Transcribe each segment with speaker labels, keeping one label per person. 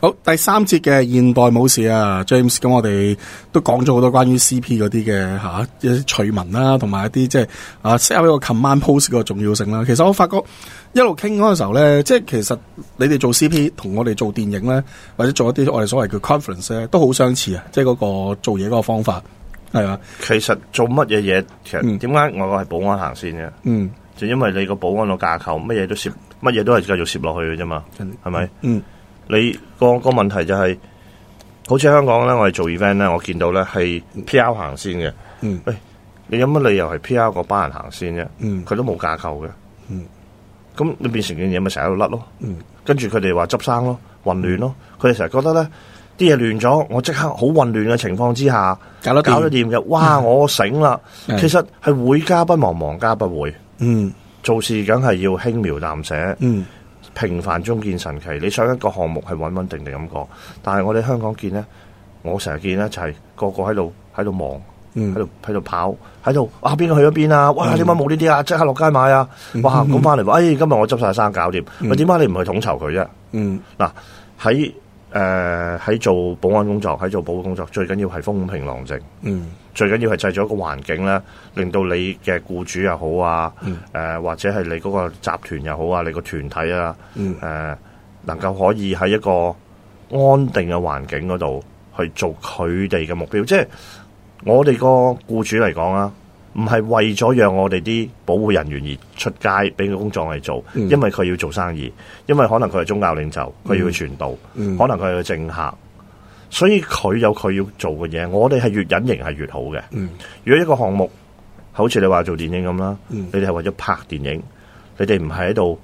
Speaker 1: 好，第三節嘅現代武士啊，James，咁我哋都講咗好多關於 CP 嗰啲嘅吓一啲趣聞啦，同埋一啲即係啊 set up 一個 command post 個重要性啦。其實我發覺一路傾嗰陣時候咧，即係其實你哋做 CP 同我哋做電影咧，或者做一啲我哋所謂嘅 conference 咧，都好相似啊，即係嗰個做嘢嗰個方法係啊，
Speaker 2: 其實做乜嘢嘢，其
Speaker 1: 嗯
Speaker 2: 實點解我話係保安行先啫？
Speaker 1: 嗯
Speaker 2: 就因為你個保安個架構，乜嘢都攝，乜嘢都係繼續攝落去嘅啫嘛，係咪？
Speaker 1: 嗯
Speaker 2: 你個個問題就係、好似香港咧，我哋做 event 咧，我見到咧係 P.R. 行先嘅。
Speaker 1: 嗯
Speaker 2: 喂，你有乜理由係 P.R. 嗰班人行先啫？
Speaker 1: 嗯
Speaker 2: 佢都冇架構嘅。
Speaker 1: 嗯，
Speaker 2: 咁你變成件嘢咪成日喺度甩咯。
Speaker 1: 嗯，
Speaker 2: 跟住佢哋話執生咯，混亂咯。佢哋成日覺得咧啲嘢亂咗，我即刻好混亂嘅情況之下
Speaker 1: 搞得掂
Speaker 2: 搞得掂嘅。哇！
Speaker 1: 嗯
Speaker 2: 我醒啦，
Speaker 1: 係
Speaker 2: 其實係會家不忙，忙家不會。
Speaker 1: 嗯
Speaker 2: 做事梗係要輕描淡寫。
Speaker 1: 嗯
Speaker 2: 平凡中見神奇。你想一個項目係穩穩定定咁講，但係我哋香港見呢，我成日見呢就係、個個喺度喺度忙，
Speaker 1: 嗯
Speaker 2: 喺度喺度跑，喺度啊邊個去咗邊啊？哇！點解冇呢啲啊？即刻落街買啊！哇！咁翻嚟話，哎，今日我執晒衫搞掂。喂，點解你唔去統籌佢啫？
Speaker 1: 嗯
Speaker 2: 嗱喺誒喺做保安工作，喺做保護工作，最緊要係風平浪靜。
Speaker 1: 嗯
Speaker 2: 最緊要係製造一個環境咧，令到你嘅僱主又好啊，
Speaker 1: 嗯
Speaker 2: 誒、或者係你嗰個集團又好啊，你個團體啊，誒、
Speaker 1: 嗯
Speaker 2: 能夠可以喺一個安定嘅環境嗰度去做佢哋嘅目標，即係我哋個僱主嚟講啊。唔係為咗讓我哋啲保護人員而出街俾個工作嚟做，
Speaker 1: 嗯
Speaker 2: 因為佢要做生意，因為可能佢係宗教領袖，佢要去傳道，
Speaker 1: 嗯
Speaker 2: 可能佢係政客，所以佢有佢要做嘅嘢。我哋係越隱形係越好嘅。
Speaker 1: 嗯
Speaker 2: 如果一個項目，好似你話做電影咁啦，
Speaker 1: 嗯
Speaker 2: 你哋係為咗拍電影，你哋唔係喺度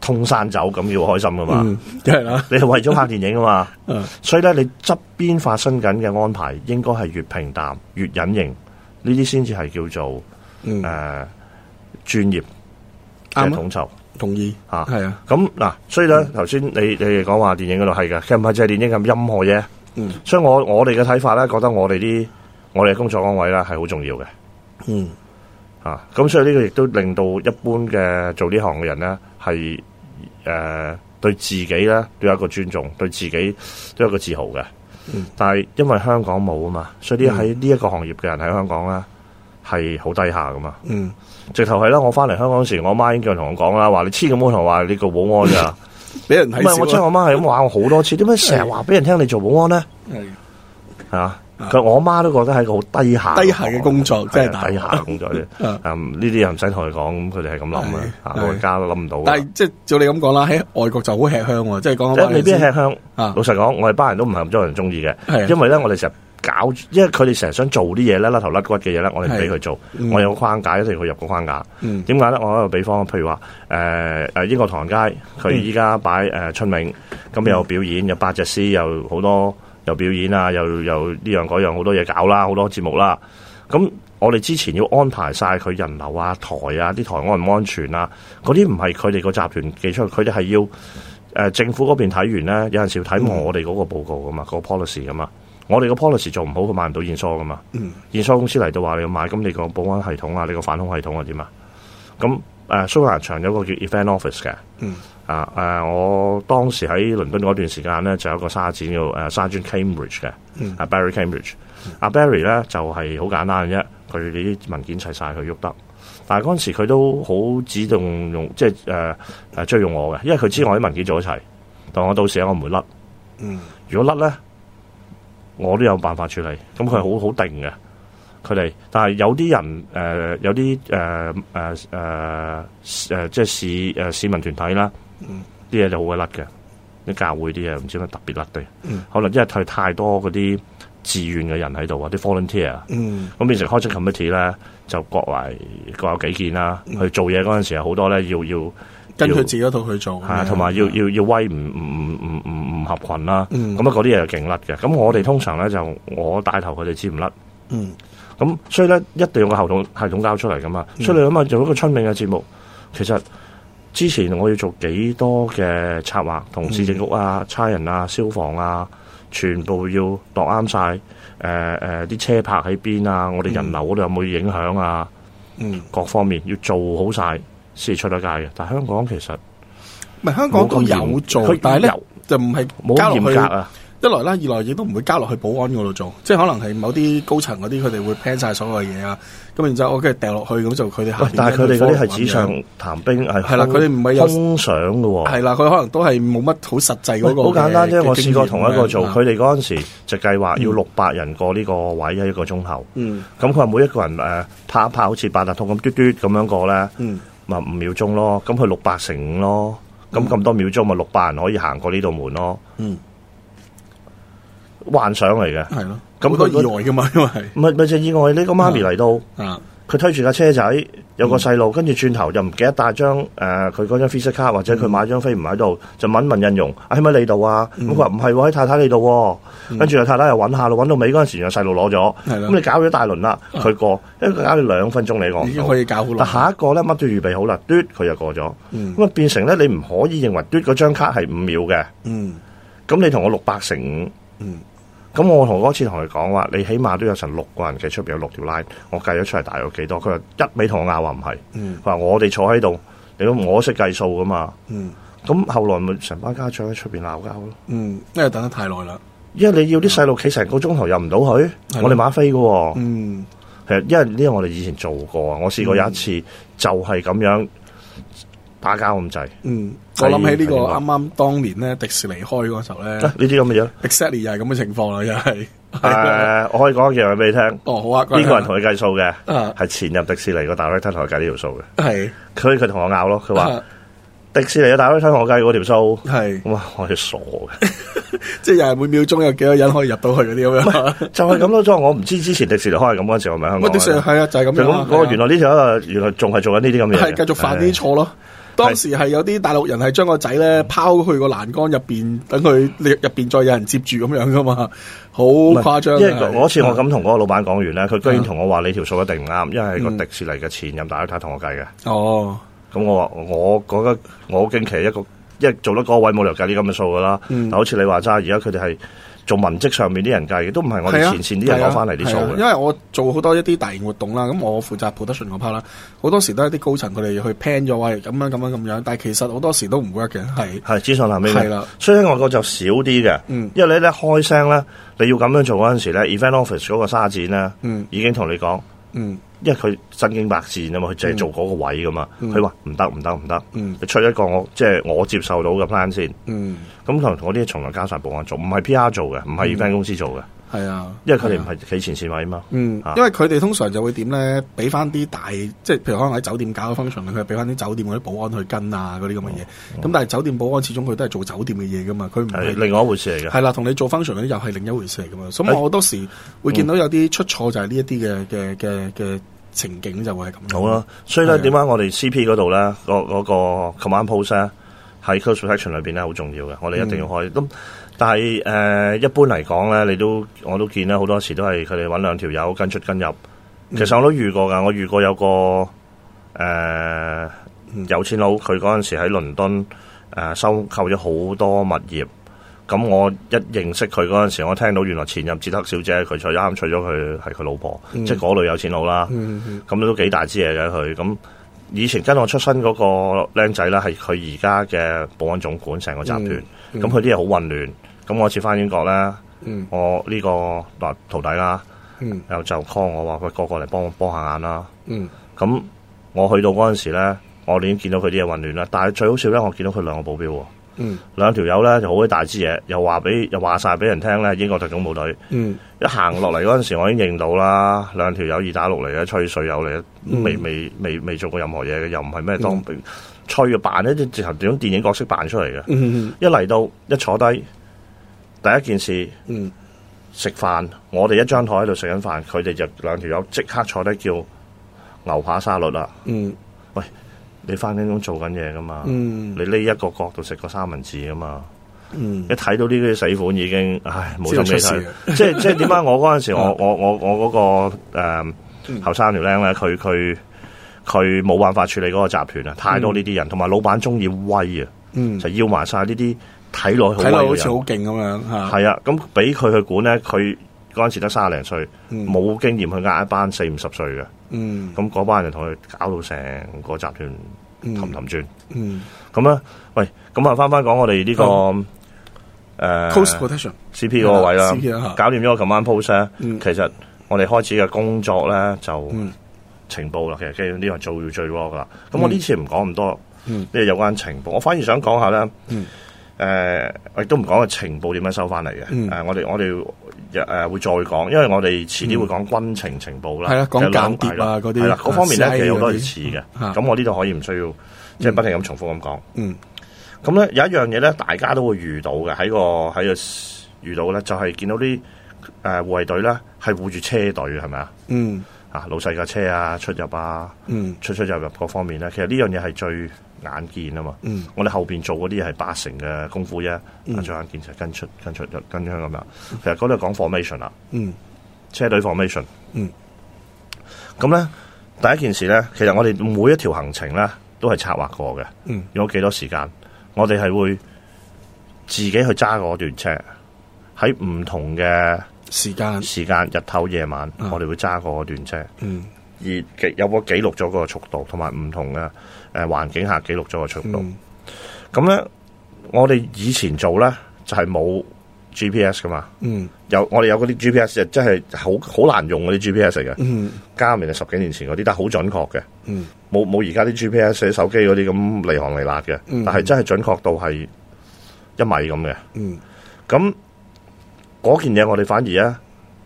Speaker 2: 通山走咁要開心噶嘛？
Speaker 1: 嗯，梗係啦，
Speaker 2: 你係為咗拍電影啊
Speaker 1: 嗯
Speaker 2: 嘛，所以咧你側邊發生緊嘅安排應該係越平淡越隱形，呢啲先至係叫做呃
Speaker 1: 嗯
Speaker 2: 誒、專業嘅
Speaker 1: 啱啊，嗯
Speaker 2: 統籌。
Speaker 1: 同意
Speaker 2: 啊
Speaker 1: 係啊，
Speaker 2: 咁嗱，所以咧，頭先你你哋講話電影嗰度係㗎，其實唔係淨係電影咁，任何嘢。
Speaker 1: 嗯，
Speaker 2: 所以我我哋嘅睇法咧，覺得我哋啲我哋嘅工作崗位咧係好重要嘅。
Speaker 1: 嗯
Speaker 2: 啊，咁所以呢個亦都令到一般嘅做呢行嘅人咧，係誒、呃、對自己咧都有一個尊重，對自己都有一個自豪嘅。
Speaker 1: 嗯
Speaker 2: 但係因為香港冇啊嘛，所以呢喺呢一個行業嘅人喺香港咧係好低下噶嘛。
Speaker 1: 嗯
Speaker 2: 直頭係啦，我翻嚟香港時，我媽已經叫人同我講啦，話你黐咁好同我話你做保安㗎。
Speaker 1: 俾人
Speaker 2: 唔
Speaker 1: 睇
Speaker 2: 係，
Speaker 1: 笑
Speaker 2: 我真係
Speaker 1: 啊
Speaker 2: 我媽係咁話我好多次，點解成日話俾人聽你做保安咧？
Speaker 1: 係
Speaker 2: 係啊，佢我媽都覺得係一個好低下
Speaker 1: 低下嘅工作真係大
Speaker 2: 係啊低下嘅工作啫。
Speaker 1: 啊
Speaker 2: 嗯呢啲又唔使同佢講，佢哋係咁諗嘅
Speaker 1: 係，
Speaker 2: 啊
Speaker 1: 係
Speaker 2: 老人家都諗唔到
Speaker 1: 但
Speaker 2: 嘅。
Speaker 1: 係即係照你咁講啦，喺外國就好吃香喎，即係講
Speaker 2: 即係未必吃香。
Speaker 1: 啊
Speaker 2: 老實講，我哋班人都唔係咁多人中意
Speaker 1: 係啊
Speaker 2: 嘅，因為咧我哋成日搞，因為佢哋成日想做啲嘢咧，甩頭甩骨嘅嘢咧，我哋唔俾佢做
Speaker 1: 嗯。
Speaker 2: 我有個框架，一定要佢入個框架。
Speaker 1: 嗯
Speaker 2: 點解咧？我喺度比方，譬如話誒誒英國唐人街，佢
Speaker 1: 嗯
Speaker 2: 依家擺誒春茗，咁有表演，有八隻詩，有好多有表演啊，又又呢樣嗰樣好多嘢搞啦，好多節目啦。咁我哋之前要安排晒佢人流啊、台啊、啲台安唔安全啊，嗰啲唔係佢哋個集團寄出去，佢哋係要誒、呃政府嗰邊睇完咧，有陣時要睇
Speaker 1: 嗯
Speaker 2: 我哋嗰個報告噶嘛，個 policy 噶嘛。我哋個 policy 做唔好，佢買唔到現疏噶嘛。
Speaker 1: 嗯
Speaker 2: 驗收公司嚟到話你要買，咁你個保安系統啊，你個反恐系統啊點啊？咁誒、呃、蘇格蘭場有個叫 event office 嘅，
Speaker 1: 嗯
Speaker 2: 啊誒、呃我當時喺倫敦嗰段時間咧，就有一個沙展叫誒沙磚 Cambridge 嘅，
Speaker 1: 嗯
Speaker 2: 啊 Barry Cambridge，阿、Barry 咧就係、好簡單嘅啫，佢哋啲文件齊晒佢喐得。但係嗰陣時佢都好主動用，即係誒誒追用我嘅，因為佢知我啲文件做得齊，但我到時咧我唔會甩。
Speaker 1: 嗯
Speaker 2: 如果甩咧，我都有辦法處理。咁佢係
Speaker 1: 嗯
Speaker 2: 好好定嘅，佢哋。但係有啲人誒、呃有啲誒誒誒誒，即係市誒、呃市民團體啦，
Speaker 1: 嗯
Speaker 2: 啲嘢就好鬼甩嘅。啲教會啲嘢唔知點解特別甩嘅，
Speaker 1: 嗯
Speaker 2: 可能因為佢太多嗰啲志願嘅人喺度啊，啲 volunteer 啊。
Speaker 1: 嗯
Speaker 2: 咁變成開咗 committee 咧，就各為各有己見啦。
Speaker 1: 嗯
Speaker 2: 去做嘢嗰陣時有好多咧，要要
Speaker 1: 跟佢
Speaker 2: 要
Speaker 1: 自己嗰套去做，
Speaker 2: 係啊，同埋要要要威唔唔唔唔唔唔合群啦。
Speaker 1: 嗯
Speaker 2: 咁啊嗰啲嘢就勁甩嘅。咁我哋通常咧就我帶頭，佢哋知唔甩。
Speaker 1: 嗯
Speaker 2: 咁所以咧一定要個系統系統交出嚟噶嘛。
Speaker 1: 嗯
Speaker 2: 所以你諗下做一個春茗嘅節目，其實之前我要做幾多嘅策劃，同市政局啊、
Speaker 1: 嗯
Speaker 2: 差人啊、消防啊，全部要落啱晒。誒誒啲車泊喺邊啊？我哋人流嗰度有冇影響啊？
Speaker 1: 嗯，
Speaker 2: 各方面要做好晒先至出得街嘅。但係香港其實
Speaker 1: 唔係香港都有
Speaker 2: 冇咁
Speaker 1: 做，
Speaker 2: 嚴
Speaker 1: 但係咧
Speaker 2: 佢有
Speaker 1: 就唔係
Speaker 2: 冇
Speaker 1: 加
Speaker 2: 咁
Speaker 1: 落
Speaker 2: 嚴
Speaker 1: 去
Speaker 2: 格。啊，
Speaker 1: 一來啦，二來亦都唔會加落去保安嗰度做，即係可能係某啲高層嗰啲，佢哋會 plan 晒所有嘅嘢啊。咁然之後，我跟住掉落去，咁就佢哋下
Speaker 2: 喂
Speaker 1: 邊，
Speaker 2: 哦但係佢哋嗰啲係
Speaker 1: 就
Speaker 2: 紙上談兵，係
Speaker 1: 係啦
Speaker 2: 空
Speaker 1: 佢哋唔係有
Speaker 2: 空想嘅喎。
Speaker 1: 係啦，佢可能都係冇乜好實際嗰個
Speaker 2: 好簡單啫，
Speaker 1: 嘅
Speaker 2: 我試過同一個做，
Speaker 1: 經驗啊
Speaker 2: 佢哋嗰陣時就計劃要
Speaker 1: 嗯
Speaker 2: 六百人過呢個位一個鐘頭。
Speaker 1: 嗯
Speaker 2: 咁佢話每一個人誒、呃拍一拍好似八達通咁嘟嘟咁樣過咧，
Speaker 1: 嗯
Speaker 2: 咪五秒鐘咯。咁佢六百乘五咯，咁咁多秒鐘咪六百人可以行過呢度門咯，
Speaker 1: 嗯，
Speaker 2: 幻想嚟嘅。
Speaker 1: 係咯，
Speaker 2: 咁
Speaker 1: 好多
Speaker 2: 佢嗰
Speaker 1: 意外噶嘛， 因為係
Speaker 2: 咪咪就意外呢個媽咪嚟到，
Speaker 1: 啊
Speaker 2: 佢推住架車仔，有個
Speaker 1: 嗯
Speaker 2: 細路，跟住轉頭又唔記得帶張誒佢嗰張 Visa 卡，或者
Speaker 1: 嗯
Speaker 2: 佢買張飛唔喺度，就問問印容喺唔喺你度啊？咁佢話唔係喎，喺太太你度喎。跟住太太又揾下咯，揾到尾嗰陣時，有細路攞咗。
Speaker 1: 係嗯啦啊
Speaker 2: 咁你搞咗大輪啦，佢過，因為佢搞咗兩分鐘你
Speaker 1: 已
Speaker 2: 講
Speaker 1: 經
Speaker 2: 唔
Speaker 1: 可
Speaker 2: 到。
Speaker 1: 以搞好
Speaker 2: 但
Speaker 1: 耐。
Speaker 2: 下一個咧乜都預備好啦，嘟佢又過咗。
Speaker 1: 嗯
Speaker 2: 咁啊變成咧你唔可以認為嘟嗰張卡係五秒嘅，
Speaker 1: 嗯
Speaker 2: 咁你同我六百乘五。
Speaker 1: 嗯
Speaker 2: 咁我同嗰次同佢講話，你起碼都有成六個人嘅出邊有六條 line，我計咗出嚟大約幾多？佢話一味同我拗話唔係，
Speaker 1: 嗯
Speaker 2: 佢話我哋坐喺度，你都我識計數噶嘛。
Speaker 1: 嗯
Speaker 2: 咁後來咪成班家長喺出邊鬧交咯，
Speaker 1: 嗯，因為等得太耐啦。
Speaker 2: 因為你要啲細路企成個鐘頭入唔到去
Speaker 1: 係，咯
Speaker 2: 我哋馬飛嘅喎。
Speaker 1: 嗯
Speaker 2: 其實因為呢個我哋以前做過啊，我試過有一次就係咁樣打交咁滯， 啊
Speaker 1: 嗯，我諗起呢個
Speaker 2: 係
Speaker 1: 啱啱當年咧迪士尼開嗰時候咧
Speaker 2: 呢啲咁 嘅嘢。
Speaker 1: ，exactly 又係咁嘅情況啦，又係。
Speaker 2: 誒，我可以講一樣嘢俾你聽，呢
Speaker 1: 哦，好啊，
Speaker 2: 個人同佢計數嘅，
Speaker 1: 啊
Speaker 2: 係前入迪士尼個大 r 同佢計呢條數嘅。
Speaker 1: 係
Speaker 2: 佢佢同我拗咯，佢話
Speaker 1: 啊
Speaker 2: 迪士尼嘅大 r 同我計嗰條數，
Speaker 1: 係。
Speaker 2: 哇！我哋 傻嘅，
Speaker 1: 即係又係每秒鐘有幾多人可以入到去嗰啲咁樣。
Speaker 2: 就係咁咯。即係我唔知之前迪士尼開係咁嗰陣時，我咪喺香
Speaker 1: 我
Speaker 2: 港
Speaker 1: 啲上
Speaker 2: 嘅。
Speaker 1: 係啊，就係咁
Speaker 2: 就
Speaker 1: 樣
Speaker 2: 咁
Speaker 1: 啦。
Speaker 2: 嗰個原來呢條友原來仲係做緊呢啲咁嘅嘢 嘅，啊
Speaker 1: 係繼續犯啲錯咯。當時係有啲大陸人係將個仔咧
Speaker 2: 嗯
Speaker 1: 拋去個欄杆入邊，等佢入入邊再有人接住咁樣噶嘛，好
Speaker 2: 係
Speaker 1: 誇張啊。
Speaker 2: 因為嗰次我
Speaker 1: 係
Speaker 2: 咁同嗰個老闆講完咧，佢居然
Speaker 1: 啊
Speaker 2: 同我話你條數一定唔啱，因為係
Speaker 1: 嗯
Speaker 2: 個迪士尼嘅前任大 r 同我計嘅。
Speaker 1: 哦，
Speaker 2: 咁我話我覺得我好驚奇一個，因為做得嗰個位冇理由計啲咁嘅數噶啦。
Speaker 1: 嗯
Speaker 2: 但好似你話齋，而家佢哋係做文職上面啲人計嘅，都唔係我哋前線啲人攞翻嚟啲數
Speaker 1: 啊係啊係啊因
Speaker 2: 嘅。
Speaker 1: 為我做好多一啲大型活動啦，咁我負責 production 嗰 part 啦，好多時都係啲高層佢哋去 plan 咗喂咁樣咁樣咁樣，但係其實好多時都唔 work 嘅，係
Speaker 2: 係資訊下面
Speaker 1: 係啦
Speaker 2: 嘅，所以喺外國就少啲嘅。
Speaker 1: 嗯
Speaker 2: 因為你咧開聲咧，你要咁樣做嗰陣時咧，event office 嗰個沙展咧，
Speaker 1: 嗯
Speaker 2: 已經同你講，
Speaker 1: 嗯
Speaker 2: 因為佢身經百戰啊嘛，佢淨係做嗰個位噶嘛，佢話唔得唔得唔得，
Speaker 1: 嗯
Speaker 2: 你出一個我即係我接受到嘅 plan 先。
Speaker 1: 嗯，
Speaker 2: 咁同同嗰啲從來加晒保安做，唔係 PR 做嘅，唔係 event 公司做嘅，
Speaker 1: 係啊，
Speaker 2: 因為佢哋
Speaker 1: 係啊
Speaker 2: 唔係企前線位啊嘛。
Speaker 1: 嗯
Speaker 2: 啊，
Speaker 1: 因為佢哋通常就會點咧，俾翻啲大，即係譬如可能喺酒店搞嘅 function，佢係俾翻啲酒店嗰啲保安去跟啊嗰啲咁嘅嘢。咁但係酒店保安始終佢都係做酒店嘅嘢噶嘛，佢唔
Speaker 2: 係
Speaker 1: 係
Speaker 2: 另外一回事嚟嘅。
Speaker 1: 係啦，同你做 function 嗰啲又係另一回事嚟噶嘛。所以
Speaker 2: 係
Speaker 1: 我好多時會見到有啲出錯就係呢一啲嘅嘅嘅嘅情景就會係咁。
Speaker 2: 好啦，，所以咧
Speaker 1: 係啊
Speaker 2: 點解我哋 CP 嗰度咧，嗰嗰個 command post 咧喺 close protection 裏邊咧好重要嘅，我哋一
Speaker 1: 嗯
Speaker 2: 定要開。咁、但係誒、呃一般嚟講咧，你都我都見咧好多時都係佢哋揾兩條友跟出跟入。
Speaker 1: 嗯
Speaker 2: 其實我都遇過㗎，我遇過有個誒、呃有錢佬，佢嗰陣時喺倫敦誒、呃收購咗好多物業。咁我一認識佢嗰陣時，我聽到原來前任捷克小姐佢娶啱娶咗佢係佢老婆，即係嗰類有錢佬啦。
Speaker 1: 嗯嗯
Speaker 2: 咁都幾大支嘢嘅佢。咁以前跟我出身嗰個僆仔咧，係佢而家嘅保安總管成個集團。
Speaker 1: 嗯
Speaker 2: 咁佢啲嘢好混亂。咁我一次翻英國咧，
Speaker 1: 嗯
Speaker 2: 我呢、個嗱徒弟啦，
Speaker 1: 嗯
Speaker 2: 又就 call 我話：喂，個個嚟幫我幫下眼啦。
Speaker 1: 嗯
Speaker 2: 咁我去到嗰陣時咧，我已經見到佢啲嘢混亂啦。但係最好笑咧，我見到佢兩個保鏢喎。
Speaker 1: 嗯
Speaker 2: 兩條友咧就好鬼大支嘢，又話俾又話晒俾人聽咧，英國特種部隊
Speaker 1: 嗯
Speaker 2: 一行落嚟嗰陣時，我已經認到啦，兩條友二打六嚟嘅，吹水友嚟
Speaker 1: 嗯
Speaker 2: 嘅，未未未未做過任何嘢嘅，又唔係咩當兵，吹嘅扮咧，即係直頭點電影角色扮出嚟嘅。
Speaker 1: 嗯
Speaker 2: 一嚟到一坐低，第一件事
Speaker 1: 嗯
Speaker 2: 食飯，我哋一張台喺度食緊飯，佢哋就兩條友即刻坐低叫牛扒沙律啦。
Speaker 1: 嗯
Speaker 2: 你翻緊工做緊嘢噶嘛？
Speaker 1: 嗯
Speaker 2: 你呢一個角度食個三文治噶嘛？
Speaker 1: 嗯
Speaker 2: 一睇到呢啲死款已經，唉，冇
Speaker 1: 知道
Speaker 2: 心
Speaker 1: 出
Speaker 2: 機
Speaker 1: 事啊
Speaker 2: 睇。即係即係點解我嗰陣時我我我我嗰、個
Speaker 1: 嗯
Speaker 2: 誒後生條僆咧，佢佢佢冇辦法處理嗰個集團啊，太多呢啲人，同埋老闆中意威啊，
Speaker 1: 嗯
Speaker 2: 就要埋晒呢啲睇落去
Speaker 1: 睇
Speaker 2: 好
Speaker 1: 落
Speaker 2: 威
Speaker 1: 好
Speaker 2: 嘅
Speaker 1: 似好
Speaker 2: 人。
Speaker 1: 勁咁樣嚇，
Speaker 2: 係啊，咁俾佢去管咧，佢嗰陣時得卅零歲，
Speaker 1: 嗯
Speaker 2: 冇經驗去呃一班四五十歲嘅，
Speaker 1: 嗯
Speaker 2: 咁嗰班人同佢搞到成個集團
Speaker 1: 嗯
Speaker 2: 氹氹轉。
Speaker 1: 嗯
Speaker 2: 咁啊，喂，咁啊，翻翻講我哋呢個誒
Speaker 1: Cost protection
Speaker 2: CP 嗰個位啦
Speaker 1: CP 啦嚇，
Speaker 2: 搞掂咗個 command post 咧，
Speaker 1: 嗯
Speaker 2: 其實我哋開始嘅工作咧就
Speaker 1: 嗯
Speaker 2: 情報啦，其實基本呢樣做最 raw 噶啦。咁我呢次唔講咁多，
Speaker 1: 嗯
Speaker 2: 呢個有關情報，我反而想講下咧
Speaker 1: 嗯，
Speaker 2: 誒，我亦都唔講個情報點樣收翻嚟嘅。
Speaker 1: 嗯
Speaker 2: 誒，我哋我哋誒會再講，因為我哋遲啲會講軍情情報啦，
Speaker 1: 係啦講
Speaker 2: 有兩
Speaker 1: 間諜啊嗰啲
Speaker 2: 係啦，嗰方面咧
Speaker 1: CIA
Speaker 2: 其實好
Speaker 1: 嗰啲啊
Speaker 2: 多係
Speaker 1: 嗯
Speaker 2: 似嘅。
Speaker 1: 嚇
Speaker 2: 咁我呢度可以唔需要即係不停咁重複咁講。
Speaker 1: 嗯
Speaker 2: 咁咧有一樣嘢咧，大家都會遇到嘅，喺個喺個遇到咧，就係、見到啲誒護衛隊咧係護住車隊嘅，係咪啊？
Speaker 1: 嗯
Speaker 2: 啊，老細架車啊，出入啊，
Speaker 1: 嗯
Speaker 2: 出出入入各方面咧，其實呢樣嘢係最眼見啊嘛。
Speaker 1: 嗯
Speaker 2: 我哋後邊做嗰啲係八成嘅功夫啫，
Speaker 1: 嗯
Speaker 2: 最眼見就係跟出跟出跟出咁樣。其實嗰度講 formation 啊啦，
Speaker 1: 嗯
Speaker 2: 車隊 formation。
Speaker 1: 嗯。
Speaker 2: 咁咧，第一件事咧，其實我哋每一條行程咧都係策劃過嘅。
Speaker 1: 嗯
Speaker 2: 有幾多時間，我哋係會自己去揸嗰段車，喺唔同嘅
Speaker 1: 時間
Speaker 2: 時間，日頭夜晚，
Speaker 1: 嗯
Speaker 2: 我哋會揸嗰段車，而
Speaker 1: 嗯
Speaker 2: 記有個記錄咗個速度，同埋唔同嘅誒環境下記錄咗個速度。
Speaker 1: 嗯
Speaker 2: 咁咧、我哋以前做咧就係、冇 GPS 噶嘛，
Speaker 1: 嗯
Speaker 2: 有我哋有嗰啲 GPS 就真係好好難用嗰啲 GPS 嚟嘅，
Speaker 1: 嗯
Speaker 2: 加埋就十幾年前嗰啲，但係好準確嘅。
Speaker 1: 嗯
Speaker 2: 冇冇而家啲 GPS 喺手機嗰啲咁離行離辣嘅，
Speaker 1: 嗯
Speaker 2: 但係真係準確到係一米咁嘅。
Speaker 1: 嗯
Speaker 2: 咁嗰件嘢我哋反而咧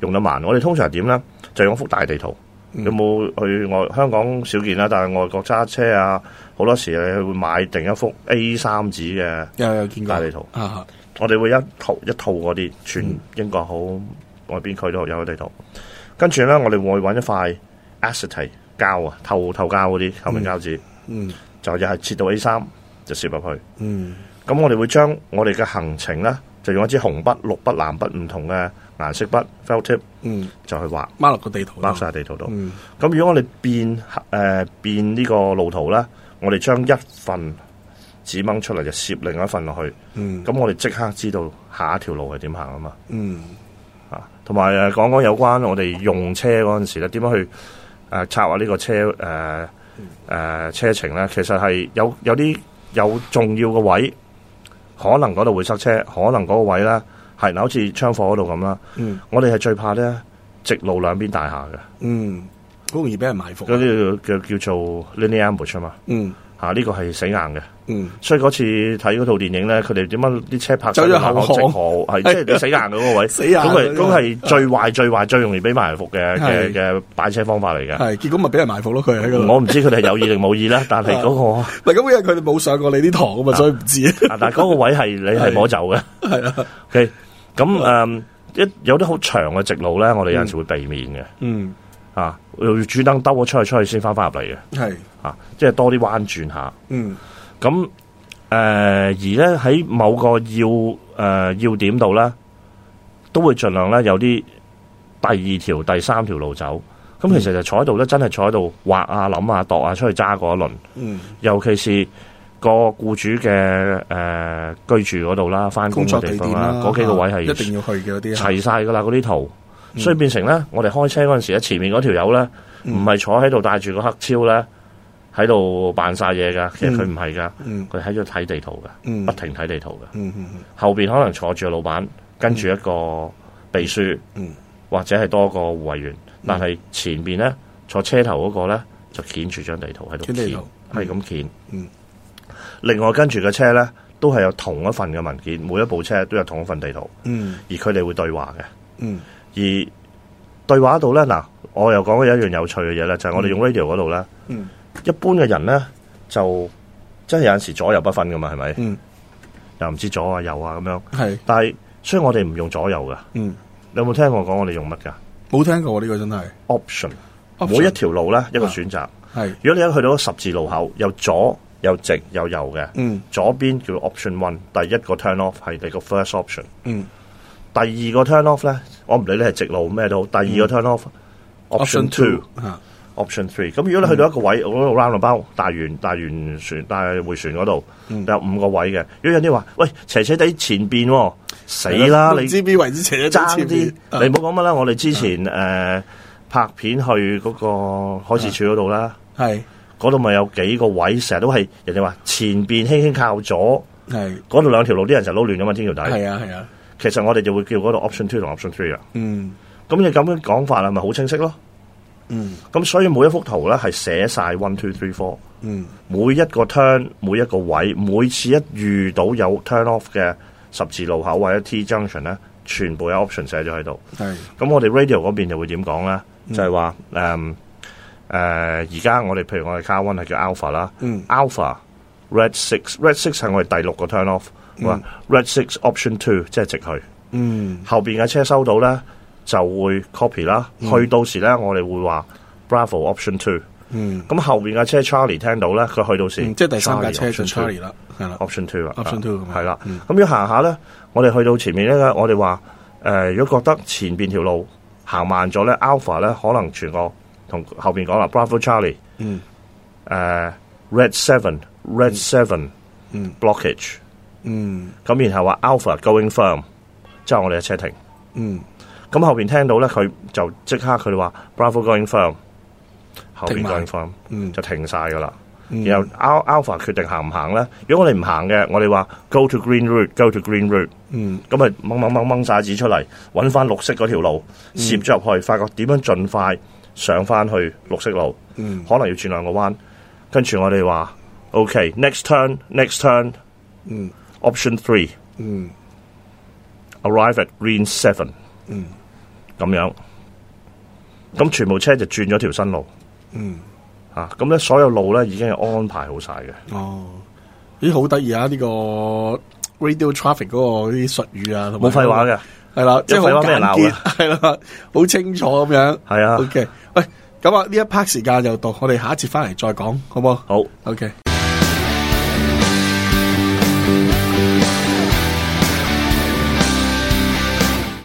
Speaker 2: 用得慢。我哋通常係點咧？就用幅大地圖。
Speaker 1: 嗯
Speaker 2: 有冇去外香港少見啦？但係外國揸車啊，好多時你會買定一幅 A 三紙嘅
Speaker 1: 有有見過
Speaker 2: 大地圖。
Speaker 1: 啊啊
Speaker 2: 我哋會一套一套嗰啲，
Speaker 1: 嗯
Speaker 2: 全英國好外邊區都有地圖。跟住咧，我哋會揾一塊 acetate 膠啊，透透膠嗰啲透明膠紙。
Speaker 1: 嗯
Speaker 2: 就又係切到 A 三就攝入去。
Speaker 1: 嗯
Speaker 2: 咁我哋會將我哋嘅行程咧，就用一支紅筆、綠筆、藍筆唔同嘅顏色筆 felt tip
Speaker 1: 嗯
Speaker 2: 就去畫
Speaker 1: 孖落個地圖
Speaker 2: ，mark 晒地圖度。
Speaker 1: 嗯
Speaker 2: 咁如果我哋變誒、呃、變呢個路途咧，我哋將一份紙掹出嚟就攝另一份落去，
Speaker 1: 嗯
Speaker 2: 咁我哋即刻知道下一條路係點行啊嘛。
Speaker 1: 嗯
Speaker 2: 啊，同埋誒講講有關我哋用車嗰陣時咧，點樣去誒、呃策劃呢個車誒誒、呃呃車程咧？其實係有有啲有重要嘅位，可能嗰度會塞車，可能嗰個位咧係嗱，好似槍火嗰度咁啦。
Speaker 1: 嗯
Speaker 2: 我哋係最怕咧直路兩邊大廈嘅，
Speaker 1: 嗯，好容易俾人埋伏。啊
Speaker 2: 嗰啲叫叫做 linear ambush 啊嘛。
Speaker 1: 嗯
Speaker 2: 嚇、呢個係死硬嘅，
Speaker 1: 嗯
Speaker 2: 所以嗰次睇嗰套電影咧，佢哋點解啲車泊
Speaker 1: 走咗後巷
Speaker 2: 直河係即係你死硬嘅嗰個 位。
Speaker 1: 死啊！
Speaker 2: 咁係
Speaker 1: 嗰啲
Speaker 2: 咁係最壞最壞最容易俾埋人服嘅嘅
Speaker 1: 係
Speaker 2: 嘅擺車方法嚟嘅。
Speaker 1: 係結果咪俾人埋伏咯，佢喺嗰度。
Speaker 2: 我唔知佢哋有意定冇意啦，但係嗰、個
Speaker 1: 唔係咁，因為佢哋冇上過你啲堂啊嘛，所以唔知。
Speaker 2: 啊但係嗰個位係你係摸走嘅。
Speaker 1: 係啊，
Speaker 2: OK，咁誒、嗯一有啲好長嘅直路咧，我哋有陣時會避免嘅、
Speaker 1: 嗯，
Speaker 2: 啊，要專登兜咗出去出去先翻翻入嚟嘅
Speaker 1: 係，
Speaker 2: 啊，即係多啲彎轉下。
Speaker 1: 嗯
Speaker 2: 咁誒、而咧喺某個要誒、要點度咧，都會盡量咧有啲第二條、第三條路走。咁
Speaker 1: 嗯
Speaker 2: 其實就坐喺度咧，真係坐喺度畫啊、諗啊、度啊，出去揸嗰一輪。
Speaker 1: 嗯，
Speaker 2: 尤其是個僱主嘅誒、居住嗰度啦，翻工
Speaker 1: 工作
Speaker 2: 嘅地
Speaker 1: 地
Speaker 2: 方
Speaker 1: 點
Speaker 2: 啦
Speaker 1: 啦，，啊
Speaker 2: 嗰幾個位
Speaker 1: 一定
Speaker 2: 係
Speaker 1: 要去嘅嗰啲啊係。
Speaker 2: 齊晒噶啦，嗰啲圖。
Speaker 1: 嗯
Speaker 2: 所以變成咧，我哋開車嗰陣時咧，前面嗰條友咧，唔係坐喺度帶住個黑超咧，喺度扮晒嘢噶。其實佢唔係噶。
Speaker 1: 嗯
Speaker 2: 佢喺度睇地圖嘅，
Speaker 1: 嗯
Speaker 2: 不停睇地圖嘅。
Speaker 1: 嗯嗯
Speaker 2: 後邊可能坐住個老闆，跟住一個秘書，
Speaker 1: 嗯
Speaker 2: 或者係多個護衛員，但係前邊咧坐車頭嗰個咧就掀住張地圖喺度
Speaker 1: 掀地圖
Speaker 2: 掀，係咁掀。
Speaker 1: 嗯
Speaker 2: 另外跟住嘅車咧都係有同一份嘅文件，每一部車都有同一份地圖，
Speaker 1: 嗯
Speaker 2: 而佢哋會對話嘅。
Speaker 1: 嗯
Speaker 2: 而對話度咧，嗱，我又講咗一樣有趣嘅嘢咧，就係、我哋用 radio 嗰度咧，
Speaker 1: 嗯
Speaker 2: 一般嘅人咧就真係有陣時左右不分噶嘛，係咪？
Speaker 1: 嗯，
Speaker 2: 又唔知左啊右啊咁樣。
Speaker 1: 係，
Speaker 2: 但係所以我哋唔用左右噶。
Speaker 1: 嗯，
Speaker 2: 你有冇聽我講我哋用乜噶
Speaker 1: 冇聽過喎呢個真係。
Speaker 2: ？option，每一條路咧一個
Speaker 1: 啊
Speaker 2: 選擇。
Speaker 1: 係，
Speaker 2: 如果你一去到十字路口，有左有直有右嘅，
Speaker 1: 嗯
Speaker 2: 左邊叫 option one，第一個 turn off 係你個 first option，
Speaker 1: 嗯
Speaker 2: 第二個 turn off 咧，我唔理你係直路咩都好，第二個 turn off、option two。啊
Speaker 1: 嚇，
Speaker 2: 嗯 option three。咁如果你去到一個位，我嗰度 round 個包大圓大圓船大回旋嗰度，有五個位嘅。如果有啲話，喂斜斜地前邊喎，死啦！
Speaker 1: 唔
Speaker 2: 你
Speaker 1: 知邊為之斜一
Speaker 2: 爭啲，啊你
Speaker 1: 你
Speaker 2: 唔好講乜啦。我哋之前誒拍片去嗰個海事處嗰度啦，
Speaker 1: 係
Speaker 2: 嗰度咪有幾個位，成日都係人哋話前邊輕輕靠左，
Speaker 1: 係
Speaker 2: 嗰度兩條路啲人就撈亂噶嘛，天橋底。
Speaker 1: 係啊係啊，
Speaker 2: 其實我哋就會叫嗰度 option two 同 option three 啊。
Speaker 1: 嗯
Speaker 2: 咁你咁樣講法係咪好清晰咯？
Speaker 1: 嗯
Speaker 2: 咁所以每一幅圖咧係寫晒 one two three four，
Speaker 1: 嗯
Speaker 2: 每一個 turn，每一個位，每次一遇到有 turn off 嘅十字路口或者 T junction 咧，全部有 option 寫咗喺度。
Speaker 1: 係
Speaker 2: 咁我哋 radio 嗰邊就會點講咧？
Speaker 1: 嗯
Speaker 2: 就係話誒誒，而家我哋譬如我哋 car one 係叫 alpha 啦
Speaker 1: 嗯
Speaker 2: ，alpha red six，red six 係我哋第六個 turn off，話 red six option two 即係直去。
Speaker 1: 嗯
Speaker 2: 後邊嘅車收到咧就會 copy 啦。去到時咧，我哋會話 Bravo Option Two。
Speaker 1: 嗯，
Speaker 2: 咁後邊嘅車 Charlie 聽到咧，佢去到時
Speaker 1: 嗯即係第三架車
Speaker 2: Charlie
Speaker 1: 就
Speaker 2: Option Two
Speaker 1: Charlie 啦，係啦，
Speaker 2: Option Two 啦
Speaker 1: Option Two 咁樣
Speaker 2: 係啦
Speaker 1: 嗯。
Speaker 2: 咁要行下咧，我哋去到前面咧，我哋話誒，如果覺得前邊條路行慢咗咧，Alpha 咧可能全個同後邊講啦，Bravo Charlie
Speaker 1: 嗯
Speaker 2: 誒 Red Seven Red Seven
Speaker 1: 嗯
Speaker 2: blockage。
Speaker 1: 嗯
Speaker 2: 咁然後話 Alpha going firm，之後我哋嘅車停。
Speaker 1: 嗯，
Speaker 2: 咁後邊聽到咧，佢就即刻佢哋話 Bravo going firm，後邊
Speaker 1: 停埋
Speaker 2: going firm
Speaker 1: 嗯
Speaker 2: 就停晒噶啦。
Speaker 1: 嗯
Speaker 2: 然後 Al- Alpha 決定行唔行咧？如果我哋唔行嘅，我哋話 go to green route，go to green route，
Speaker 1: 嗯
Speaker 2: 咁咪掹掹掹掹晒紙出嚟，揾翻綠色嗰條路，
Speaker 1: 嗯
Speaker 2: 攝咗入去，發覺點樣盡快上翻去綠色路，
Speaker 1: 嗯
Speaker 2: 可能要轉兩個彎。跟住我哋話 OK，next turn，next turn，option
Speaker 1: 嗯
Speaker 2: three。
Speaker 1: 嗯
Speaker 2: arrive at green seven，
Speaker 1: 嗯，
Speaker 2: 咁樣，咁全部車就轉咗條新路，
Speaker 1: 嗯，
Speaker 2: 啊，咁咧所有路咧已經係安排好晒嘅，
Speaker 1: 哦，咦好得意啊！呢個 radio traffic 嗰個啲術語啊，同埋
Speaker 2: 冇廢話嘅，
Speaker 1: 係啦，即係好
Speaker 2: 有廢話俾人
Speaker 1: 簡
Speaker 2: 鬧
Speaker 1: 潔，
Speaker 2: 嘅
Speaker 1: 係啦，好清楚咁樣。
Speaker 2: 係啊
Speaker 1: O K，喂，咁啊呢一 part 時間又到，我哋下一節翻嚟再講，好唔好
Speaker 2: 好。
Speaker 1: ？O K。